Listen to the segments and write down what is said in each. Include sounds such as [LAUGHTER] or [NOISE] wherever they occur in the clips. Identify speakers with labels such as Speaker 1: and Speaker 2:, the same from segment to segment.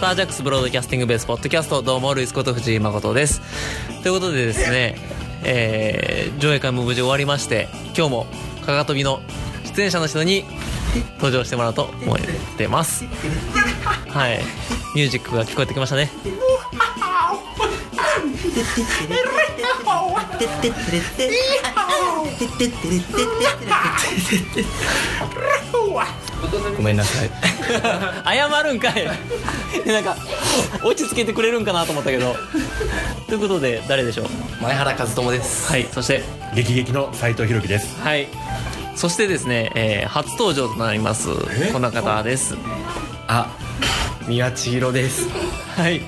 Speaker 1: タージャックスブロードキャスティングベースポッドキャストどうもルイスこと藤井誠ですということでですね、えー上映会も無事終わりまして今日もかがとびの出演者の人に登場してもらおうと思ってますはいミュージックが聞こえてきましたね
Speaker 2: ごめんなさい。
Speaker 1: 謝るんかいなんか落ち着けてくれるんかなと思ったけどということで誰でしょう
Speaker 2: 前原和智です。
Speaker 1: はいそして
Speaker 3: 激撃の斉藤弘樹です。
Speaker 1: はい。そしてですね、えー初登場となりますこの方です。
Speaker 2: あ、三輪千尋です。
Speaker 1: はい。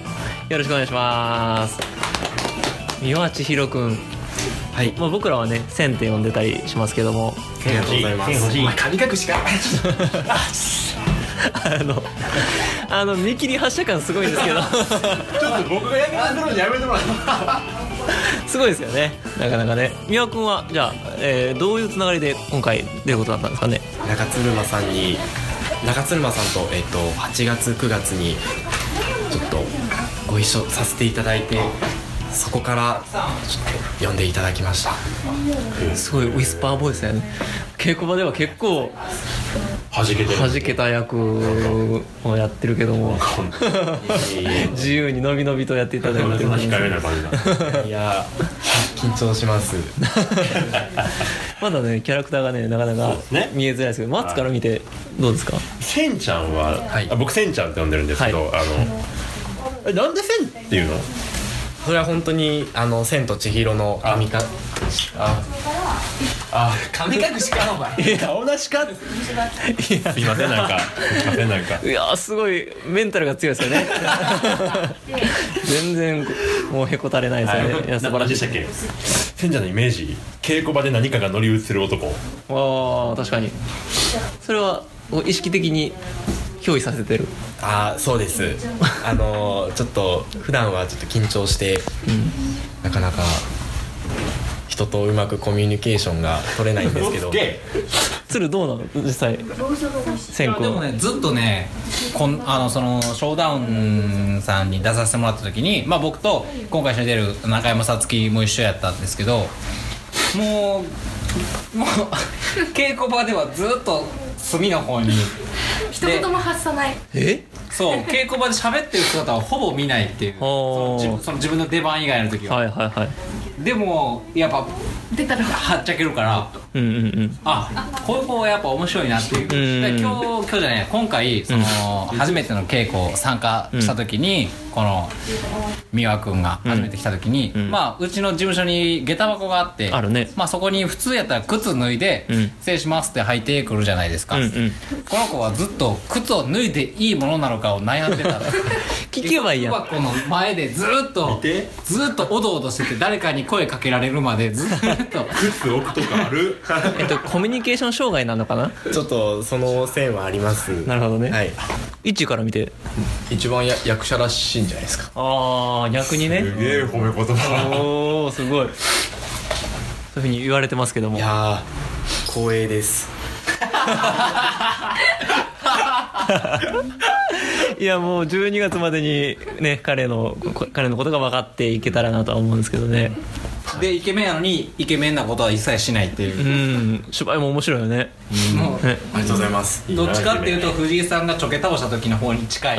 Speaker 1: よろしくお願いします。三輪千尋くん、
Speaker 2: はい。
Speaker 1: まあ僕らはね、千って呼んでたりしますけども、 [LAUGHS]
Speaker 2: ありがとうございます。
Speaker 3: 欲しい
Speaker 2: あ、神隠し [LAUGHS] か。
Speaker 1: あのあの見切り発車感すごいんですけど、 [LAUGHS]
Speaker 2: ちょっと僕がやめてるのやめてもらって。
Speaker 1: すごいですよね。なかなかね。三輪くんはじゃあ、えーどういうつながりで今回出ることだったんですかね。
Speaker 2: 中鶴間さんに、中鶴間さんとえっと8月9月にちょっとご一緒させていただいて、そこからちょっと呼んでいただきました。
Speaker 1: すごいウィスパーボイスだよね。稽古場では結構
Speaker 3: 弾けてる。
Speaker 1: 弾けた役をやってるけども。 [LAUGHS] 自由にのびのびとやっていただいて
Speaker 3: そんな
Speaker 1: ます
Speaker 3: 控えめな感じだ。
Speaker 2: いや、緊張します。
Speaker 1: まだねキャラクターがねなかなか
Speaker 3: そうですね
Speaker 1: 見えづらいですけどマッツから見てどうですか
Speaker 3: せんちゃんは、
Speaker 2: はい
Speaker 3: あ僕せんちゃんって呼んでるんですけど、あの。え、なんでせんっていうの。
Speaker 2: それは本当にあの千と千尋の神隠し。あ、あ、神隠しかお前。
Speaker 3: 顔なしか。すいません、なんか。すいません、なんか。
Speaker 1: いやーすごいメンタルが強いですよね [LAUGHS] 全然もうへこたれないですよね、い、や素晴らしい
Speaker 3: したっけ。せんちゃんのイメージ、稽古場で何かが乗り移る男。
Speaker 1: ああ確かにそれはこう意識的に憑依させてる
Speaker 2: あーそうですあのーちょっと普段はちょっと緊張して、なかなか人とうまくコミュニケーションが取れないんですけど
Speaker 3: で、
Speaker 1: 鶴どうなの実際先
Speaker 4: で
Speaker 1: 行
Speaker 4: もねずっとねこんあのそのショーダウンさんに出させてもらった時に、まあ、僕と今回一緒に出る中山さつきも一緒やったんですけどもうもう稽古場ではずっと隅の方に
Speaker 5: 一言も発さない
Speaker 1: え
Speaker 4: そう稽古場で喋ってる姿をほぼ見ないっていう
Speaker 1: おー
Speaker 4: その自その自分の出番以外の時は、
Speaker 1: はいはいはい
Speaker 4: でもやっぱ
Speaker 5: 出たら
Speaker 4: はっちゃけるから
Speaker 1: うんうんうん
Speaker 4: あこういう子はやっぱ面白いなっていう
Speaker 1: うん
Speaker 4: で今日今日じゃない今回その、初めての稽古参加した時に、この美和君が初めて来た時に、
Speaker 1: ん
Speaker 4: まあうちの事務所に下駄箱があって
Speaker 1: あるね
Speaker 4: まあ、そこに普通やったら靴脱いで「
Speaker 1: うん
Speaker 4: 失礼します」って履いてくるじゃないですか、
Speaker 1: うんうん
Speaker 4: この子はずっと靴を脱いでいいものなのかを悩んでた
Speaker 1: [LAUGHS] 聞けばいいやん
Speaker 4: 靴箱の前でずっと
Speaker 3: て
Speaker 4: ずっとおどおどしてて誰かに声かけられるまでずっと
Speaker 3: 靴置くとかある。
Speaker 1: えっとコミュニケーション障害なのかな
Speaker 2: ちょっとその線はあります
Speaker 1: なるほどね、
Speaker 2: はい
Speaker 1: 一から見て
Speaker 2: 一番や役者らしいんじゃないですか
Speaker 1: ああ逆にね
Speaker 3: すげえ褒め言葉。
Speaker 1: おおすごいそういうふうに言われてますけども
Speaker 2: いやー光栄です
Speaker 1: いやもう12月までにね彼のこ彼のことが分かっていけたらなとは思うんですけどね
Speaker 4: でイケメンなのにイケメンなことは一切しないっていう
Speaker 1: う、ん芝居も面白いよね
Speaker 4: もう
Speaker 1: ね
Speaker 2: ありがとうございます
Speaker 4: どっちかっていうと藤井さんがちょけ倒した時の方に [LAUGHS] 近い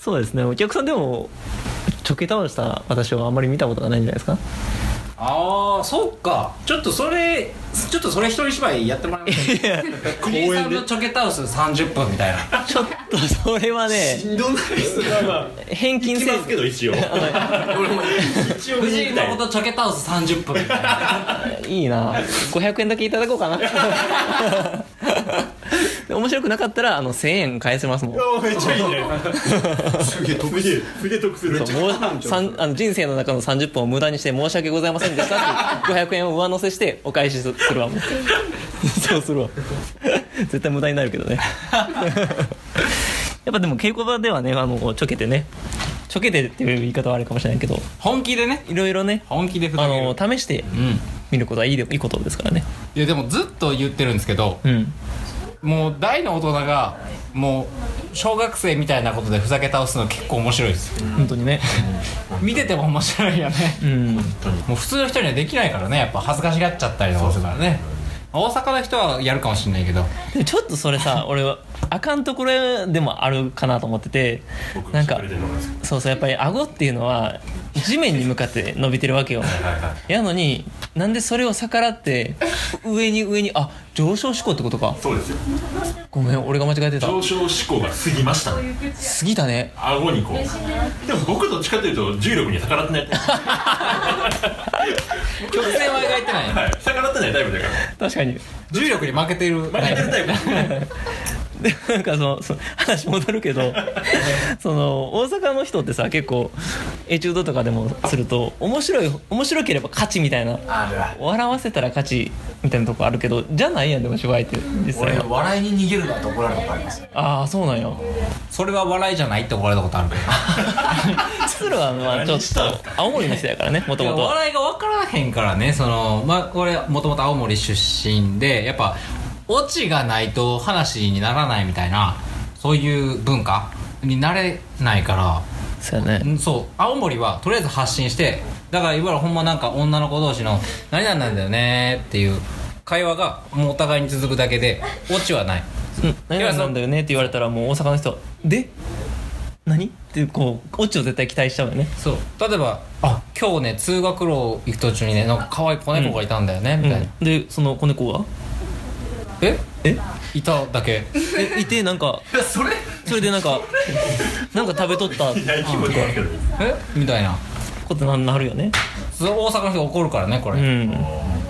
Speaker 1: そうですねお客さんでもちょけ倒した私はあんまり見たことがないんじゃないですか
Speaker 4: ああそっかちょっとそれちょっとそれ一人芝居やってもらえ [LAUGHS] ますか藤井さんのちょけ倒す30分みたいな
Speaker 1: ちょっとそれはね
Speaker 2: どんな人が
Speaker 1: 返金
Speaker 3: 聞き
Speaker 1: せ
Speaker 3: ますけど、一応。一応見
Speaker 4: 藤
Speaker 3: に行
Speaker 4: 井
Speaker 3: きた
Speaker 4: の
Speaker 3: い
Speaker 4: ことちょけ倒す30分みたいない
Speaker 1: いな500円だけいただこう
Speaker 2: [LAUGHS]
Speaker 1: かなで面白くなかったらあの1000円返せますもん
Speaker 3: あめっちゃいいね。すげえ得する。すげえ得する。
Speaker 1: そうもうさんあの人生の中の30分を無駄にして申し訳ございませんでしたっていう500円を上乗せしてお返しすするわもう [LAUGHS] そうするわ絶対無駄になるけどね [LAUGHS] やっぱでも稽古場ではねあのこうちょけてねちょけてっていう言い方はあれかもしれないけど
Speaker 4: 本気でね
Speaker 1: いろいろね
Speaker 4: 本気でふざ
Speaker 1: あ
Speaker 4: ける
Speaker 1: の試して
Speaker 4: うん
Speaker 1: みることはいいでいいことですからね
Speaker 4: いやでもずっと言ってるんですけど
Speaker 1: うん
Speaker 4: もう大の大人がもう小学生みたいなことでふざけ倒すの結構面白いですよ
Speaker 1: 本当にね
Speaker 4: 見てても面白いよね
Speaker 1: うん
Speaker 4: もう普通の人にはできないからねやっぱ恥ずかしがっちゃったりとかするからね大阪の人はやるかもしれないけ [LAUGHS] ど
Speaker 1: でもちょっとそれさ俺はあかんところでもあるかなと思ってて
Speaker 3: 僕
Speaker 1: なん
Speaker 3: 知っ
Speaker 1: か
Speaker 3: てくれてるのかな
Speaker 1: そうそうやっぱり顎っていうのは地面に向かって伸びてるわけよ
Speaker 3: はいはい
Speaker 1: やのになんでそれを逆らって上に上にあ上昇志向ってことか
Speaker 3: そうですよ
Speaker 1: ごめん俺が間違えてた
Speaker 3: 上昇志向が過ぎましたね
Speaker 1: 過ぎたね
Speaker 3: 顎にこうでも僕どっちかというと重力に逆らってないタイ
Speaker 4: 曲線は描いてな
Speaker 3: プ
Speaker 4: い
Speaker 3: はい逆らってないタイプだから
Speaker 1: 確かに
Speaker 4: 重力に負けてる
Speaker 3: 負けてるタイプ
Speaker 1: でなんかそのその話戻るけどその大阪の人ってさ結構エチュードとかでもすると面白い面白ければ勝ちみたいな笑わせたら勝ちみたいなとこあるけどじゃないやんでも芝居って実際
Speaker 6: 俺
Speaker 1: は
Speaker 6: 笑いに逃げるなって怒られたことあります
Speaker 1: ああそうなんや
Speaker 4: それは笑いじゃない [LAUGHS] って怒られたことあるけど
Speaker 1: 鶴はまあちょっと青森の人やからねもとも
Speaker 4: い
Speaker 1: と
Speaker 4: や
Speaker 1: は
Speaker 4: 笑いが分からへんからねそのまあ俺もともと青森出身でやっぱオチがないと話にならないみたいなそういう文化になれないから
Speaker 1: そうや
Speaker 4: う
Speaker 1: ね
Speaker 4: んそう青森はとりあえず発信してだからいわゆるほんまなんか女の子同士の「何々なんだよね」っていう会話がもうお互いに続くだけでオチはない
Speaker 1: うん何々なんだよねって言われたらもう大阪の人はで何ってこうオチを絶対期待しちゃうよね
Speaker 4: そう例えば「あ今日ね通学路行く途中にねなんか可愛い子猫がいたんだよね」みたいな「
Speaker 1: うんでその子猫は
Speaker 4: え
Speaker 1: え
Speaker 4: いただけ
Speaker 1: えいてなんかそれでなんかなんか食べとった
Speaker 3: 大規模で分ける
Speaker 4: えみたいな
Speaker 1: ことなんなるよね
Speaker 4: そう大阪の人が怒るからねこれ、
Speaker 1: うん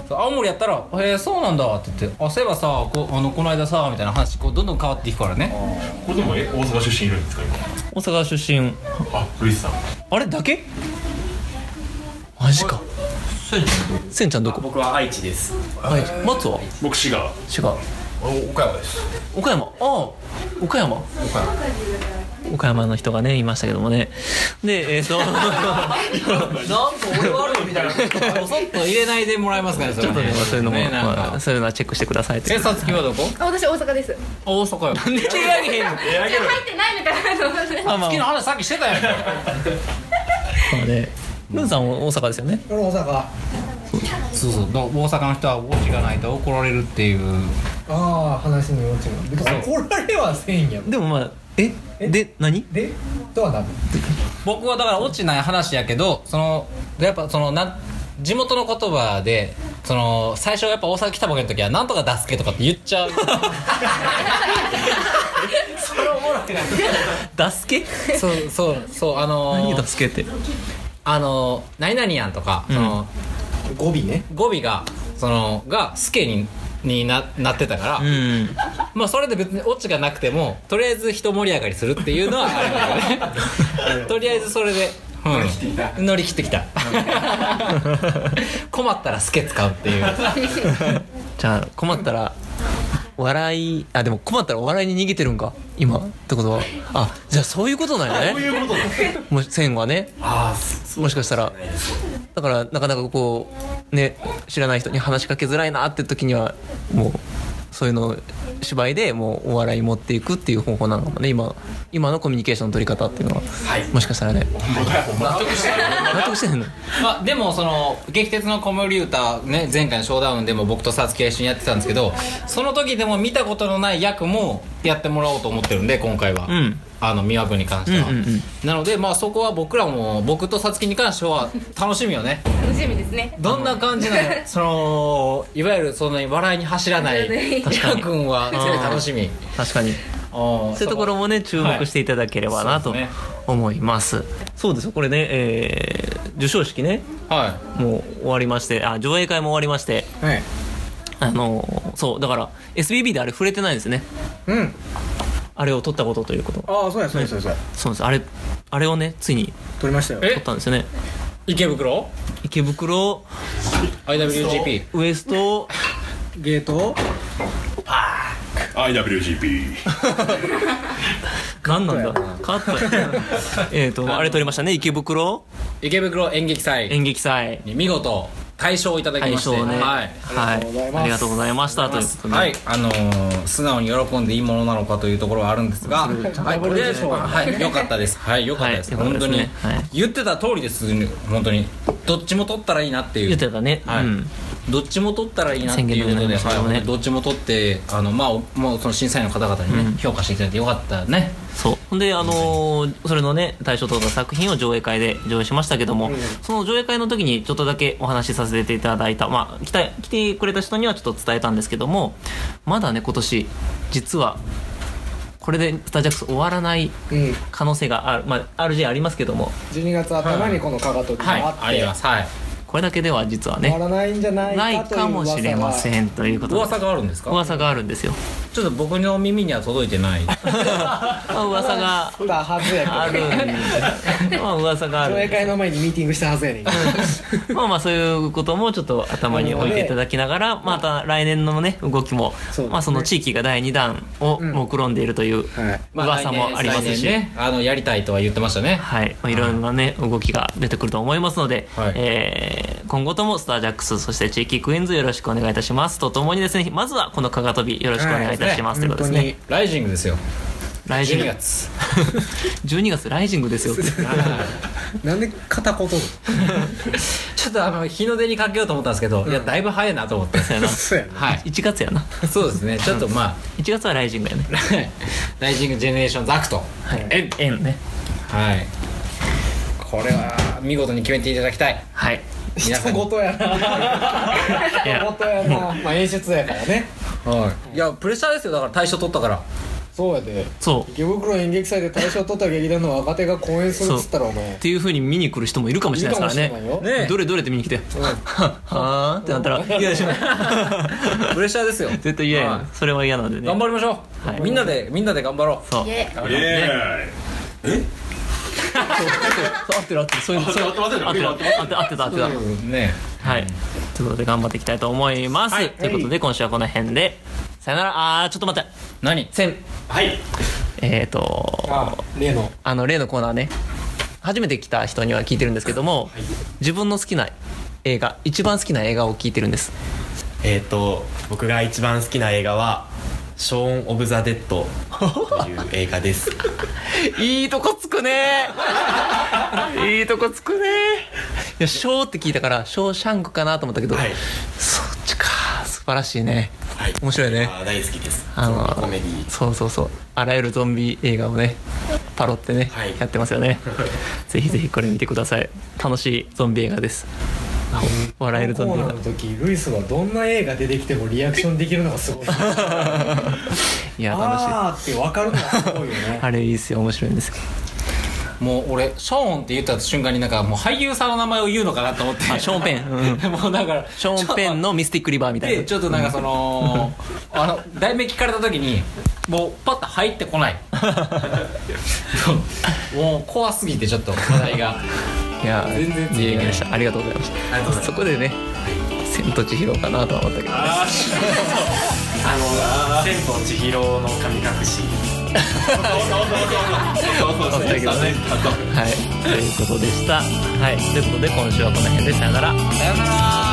Speaker 4: そう青森やったら「へえそうなんだ」って言って「あそういえばさこあのこの間さ」みたいな話こうどんどん変わっていくからね
Speaker 3: これでもえ大阪出身いるんですか
Speaker 1: 大阪出身
Speaker 3: 今あルイスさん
Speaker 1: あれだけマジか
Speaker 4: そうじゃ
Speaker 1: せんちゃんどこ
Speaker 2: 僕は愛知です
Speaker 1: はい松は
Speaker 3: 僕滋賀
Speaker 1: 違う
Speaker 6: 俺岡山です
Speaker 1: 岡山ああ岡山
Speaker 6: 岡山
Speaker 1: 岡山の人がねいましたけどもねでえっ、
Speaker 4: [LAUGHS]
Speaker 1: と
Speaker 4: んなんか俺悪いみたい [LAUGHS] なそっと入れないでもらえますかねそ
Speaker 1: ち
Speaker 4: れ
Speaker 1: ょっとねそういうのも、
Speaker 4: ねなん
Speaker 1: ま
Speaker 4: か
Speaker 1: あそういうのはチェックしてくださいと
Speaker 4: 警察機はどこ
Speaker 5: あ私大阪です。
Speaker 4: 大阪よなんで手挙
Speaker 1: [LAUGHS]
Speaker 4: げへんの
Speaker 3: えあげろ
Speaker 5: 入ってないのかなと思って。
Speaker 1: あまあ
Speaker 4: 好きな話さっきしてたやんか
Speaker 1: まあねルンさんは大阪ですよね
Speaker 6: 俺大阪あ
Speaker 4: そうそうだ大阪の人はオチがないと怒られるっていう
Speaker 6: あ話に落ちる別に怒られはせんやん
Speaker 1: でもまあえで何
Speaker 6: でとはなる
Speaker 4: 僕はだから落ちない話やけどそのやっぱそのなん地元の言葉でその最初やっぱ大阪来たばかりの時は「なんとか出すけ」とかって言っち [LAUGHS] ゃう
Speaker 1: ダスケ
Speaker 4: そうそうそうあの
Speaker 1: 何
Speaker 4: ー
Speaker 1: ダスケって
Speaker 4: あのー何々やん」とか、その
Speaker 6: 語尾ね
Speaker 4: 語尾がそのが「すけに」にななってたから、
Speaker 1: うん
Speaker 4: まあそれで別にオチがなくてもとりあえず一盛り上がりするっていうのはあるんだよ
Speaker 1: [LAUGHS]
Speaker 4: ねとりあえずそれで、うん、乗り切ってきた
Speaker 1: [LAUGHS]
Speaker 4: 困ったら「すけ」使うっていう
Speaker 1: じゃあ困ったら笑いあでも困ったらお笑いに逃げてるんか今ってことはあじゃあそういうことなんや
Speaker 3: こう
Speaker 1: ね
Speaker 3: いうことなんですね
Speaker 1: もう線はね
Speaker 2: ああそ
Speaker 1: もしかしたらだからなかなかこうね知らない人に話しかけづらいなって時にはもうそういうのを芝居でもうお笑い持っていくっていう方法なのかもね今今のコミュニケーションの取り方っていうのは、もしかしたらね納得してへんの
Speaker 4: まあ、でもその「激鉄の子守歌」ね前回の「ショーダウン」でも僕とサツキが一緒にやってたんですけどその時でも見たことのない役もやってもらおうと思ってるんで今回は、
Speaker 1: ん
Speaker 4: あの美和君に関しては、
Speaker 1: うんうんうん
Speaker 4: なのでまあそこは僕らも僕とサツキに関しては楽しみよね
Speaker 5: 楽しみですね。
Speaker 4: どんな感じなのそのいわゆるその笑いに走らない美
Speaker 5: 確
Speaker 1: か
Speaker 4: 和
Speaker 1: に
Speaker 4: 君はすごい楽しみ
Speaker 1: 確かに
Speaker 4: そう
Speaker 1: そういうところもね注目していただければなと
Speaker 4: そうですね
Speaker 1: 思います、そうですよこれね、えー、授賞式ね
Speaker 4: は
Speaker 1: もう終わりましてあ上映会も終わりまして
Speaker 6: はい
Speaker 1: あのーそうだから SBB であれ触れてないんですね
Speaker 6: うん
Speaker 1: あれを撮ったことということ
Speaker 6: ああそうやそうやそうやそうや
Speaker 1: そうですあれあれをねついに
Speaker 6: 撮りましたよ
Speaker 4: え
Speaker 1: 撮ったんですよね
Speaker 4: い池袋
Speaker 1: 池袋
Speaker 4: IWGP
Speaker 1: ウエス [LAUGHS] ト
Speaker 6: ゲート
Speaker 1: [LAUGHS]
Speaker 3: IWGP
Speaker 1: 何なんだカットやな [LAUGHS] えっとあれ撮りましたね池袋
Speaker 4: 池袋演劇祭
Speaker 1: 演劇祭
Speaker 4: に見事大賞をいただき
Speaker 1: 大
Speaker 4: まして、
Speaker 1: 賞をね
Speaker 4: はい、
Speaker 1: はいありがとうございましたということで
Speaker 4: はい、あのー素直に喜んでいいものなのかというところはあるんですが、はい、とりあえず、はい、良かったです。はい、良かったです。
Speaker 1: はい良か
Speaker 4: 本当
Speaker 1: ったです
Speaker 4: に
Speaker 1: ねはい
Speaker 4: 言ってた通りです。本当にどっちも取ったらいいなっていう。
Speaker 1: 言ってたね
Speaker 4: はい
Speaker 1: うん
Speaker 4: どっちも取ったらいいなっていうことで、
Speaker 1: 宣言のような
Speaker 4: はい
Speaker 1: ものね
Speaker 4: 本当にどっちも取ってあのまあおもうその審査員の方々にね、
Speaker 1: うん
Speaker 4: 評価していただいてよかったね。
Speaker 1: そうほんであのーそれのね大賞とった作品を上映会で上映しましたけども、その上映会の時にちょっとだけお話しさせていただいたまあ来た来てくれた人にはちょっと伝えたんですけどもまだね今年実はこれでスタージャックス終わらない
Speaker 6: うん
Speaker 1: 可能性があるまあ RJ ありますけども
Speaker 6: 12月頭にこの加賀と
Speaker 4: はい、
Speaker 6: あって、
Speaker 4: あります。はい。
Speaker 1: これだけでは実は
Speaker 6: 終わ
Speaker 1: ね
Speaker 6: らないんじゃない
Speaker 1: ない
Speaker 6: かという
Speaker 1: かもしれま
Speaker 6: ん
Speaker 1: せんということで
Speaker 4: 噂があるんですか？
Speaker 1: 噂があるんですよ
Speaker 4: ちょっと僕の耳には届いてない。
Speaker 1: まあ噂が
Speaker 6: たはずや
Speaker 1: あ
Speaker 6: けど
Speaker 1: [LAUGHS] るまあ噂がある
Speaker 6: 上映会の前にミーティングしたはずやねんけ
Speaker 1: [LAUGHS]
Speaker 6: ど
Speaker 1: まあまあそういうこともちょっと頭に置いていただきながらまた来年のね動きも
Speaker 6: そうですね
Speaker 1: まあその地域が第2弾を
Speaker 6: うん
Speaker 1: 目論んでいるという
Speaker 6: はい
Speaker 1: [LAUGHS] 噂もあります
Speaker 4: 来年
Speaker 1: し。
Speaker 4: ね、あのやりたいとは言ってましたね。
Speaker 1: はい、まあいろんなね、動きが出てくると思いますので、
Speaker 4: はい
Speaker 1: えー今後ともスタージャックスそして地域クイーンズよろしくお願いいたしますとともにですねまずはこの加賀飛びよろしくお願いいたします、ということですね
Speaker 4: ライジングですよ。
Speaker 1: 来
Speaker 4: 12
Speaker 1: 月
Speaker 4: 月。
Speaker 1: 12月ライジングです
Speaker 6: [LAUGHS]
Speaker 1: よ
Speaker 6: なんで片言だ
Speaker 4: [LAUGHS] ちょっとあの日の出にかけようと思ったんですけど、いやだいぶ早いなと思って。
Speaker 1: そうやな
Speaker 6: そうやな
Speaker 4: はい。
Speaker 1: 1月やな
Speaker 4: そうですね。ちょっとまあ、
Speaker 1: 1月はライジングやね
Speaker 4: ライジングジェネレーションザクと。
Speaker 1: はい円円ね
Speaker 4: はい。これは見事に決めていただきたい。
Speaker 1: はい
Speaker 4: 皆さんに。
Speaker 6: 人事や
Speaker 1: いや
Speaker 6: [LAUGHS] な人事やな [LAUGHS] まあ演出やからね
Speaker 4: はい。いやプレッシャーですよ。だから大賞取ったから。
Speaker 6: そうやで
Speaker 1: そう
Speaker 6: 池袋演劇祭で大賞取った劇団の若手が公演するっつったらお前
Speaker 1: っていうふうに見に来る人もいるかもしれないですから
Speaker 6: いるかもしれない
Speaker 1: ね
Speaker 6: よ
Speaker 4: ね
Speaker 1: どれどれって見に来て「 [LAUGHS] はあ」ってなったら嫌でしょ
Speaker 4: プレッシャーです [LAUGHS] よ。
Speaker 1: 絶対嫌や
Speaker 4: は
Speaker 1: ん
Speaker 4: い
Speaker 1: それは嫌なんでね
Speaker 4: 頑張りましょう、
Speaker 1: はい
Speaker 4: みんなでみんなで頑張ろ
Speaker 1: そう
Speaker 5: イエーイ
Speaker 3: イエ
Speaker 1: そう合ってる合ってるそういうそういう
Speaker 3: 合ってる
Speaker 1: 合
Speaker 3: 合
Speaker 1: っ
Speaker 3: ってて
Speaker 1: る合
Speaker 3: る合
Speaker 1: っ
Speaker 3: ってて
Speaker 1: る合ってた合ってた
Speaker 4: うね
Speaker 1: はいということで頑張っていきたいと思います、
Speaker 4: はい
Speaker 1: ということで今週はこの辺でさよならあーちょっと待って
Speaker 4: 何
Speaker 1: せん
Speaker 3: ーイはい
Speaker 1: えっ、ー、と
Speaker 6: あ例の
Speaker 1: あの例のコーナーね初めて来た人には聞いてるんですけども、自分の好きな映画一番好きな映画を聞いてるんです
Speaker 2: えっ、と僕が一番好きな映画は「ショーン・オブ・ザ・デッド」という映
Speaker 1: [LAUGHS]
Speaker 2: 画です
Speaker 1: いいとこつくねいいとこつくねいや「ショー」って聞いたから「ショーシャンク」かなと思ったけど、
Speaker 2: はい
Speaker 1: そっちか素晴らしいね
Speaker 2: はい
Speaker 1: 面白いね
Speaker 2: あー大好きです
Speaker 1: あの
Speaker 2: コメディ
Speaker 1: そうそうそうあらゆるゾンビ映画をねパロってね、
Speaker 2: はい
Speaker 1: やってますよ
Speaker 2: [LAUGHS]
Speaker 1: ねぜひぜひこれ見てください楽しいゾンビ映画です笑えるゾン
Speaker 6: コ
Speaker 1: ビ
Speaker 6: ー
Speaker 1: 映
Speaker 6: ナ
Speaker 1: 画
Speaker 6: ーの時ルイスはどんな映画出てきてもリアクションできるのがすごいあ
Speaker 1: いや楽しい
Speaker 6: あーって分かるのがすごいよね
Speaker 1: あれいいっすよ面白いんですよ
Speaker 4: もう俺ショーンって言った瞬間になんかもう俳優さんの名前を言うのかなと思って
Speaker 1: あショーンペン、うんうん、
Speaker 4: [LAUGHS] もうだから
Speaker 1: ショーンペンのミスティックリバーみたいな
Speaker 4: でちょっとなんかその [LAUGHS] あの題名聞かれた時にもうパッと入ってこない [LAUGHS] もう怖すぎてちょっと話題が
Speaker 1: いやー
Speaker 4: 全然
Speaker 1: いい映画でしたありがとうございましたそこでね「千と千尋」かなとは思ったけどね
Speaker 2: [LAUGHS] あの「千と千尋の神隠し」
Speaker 1: 思ったけどねはいということでしたはいということで今週はこの辺でさよなら
Speaker 4: さよなら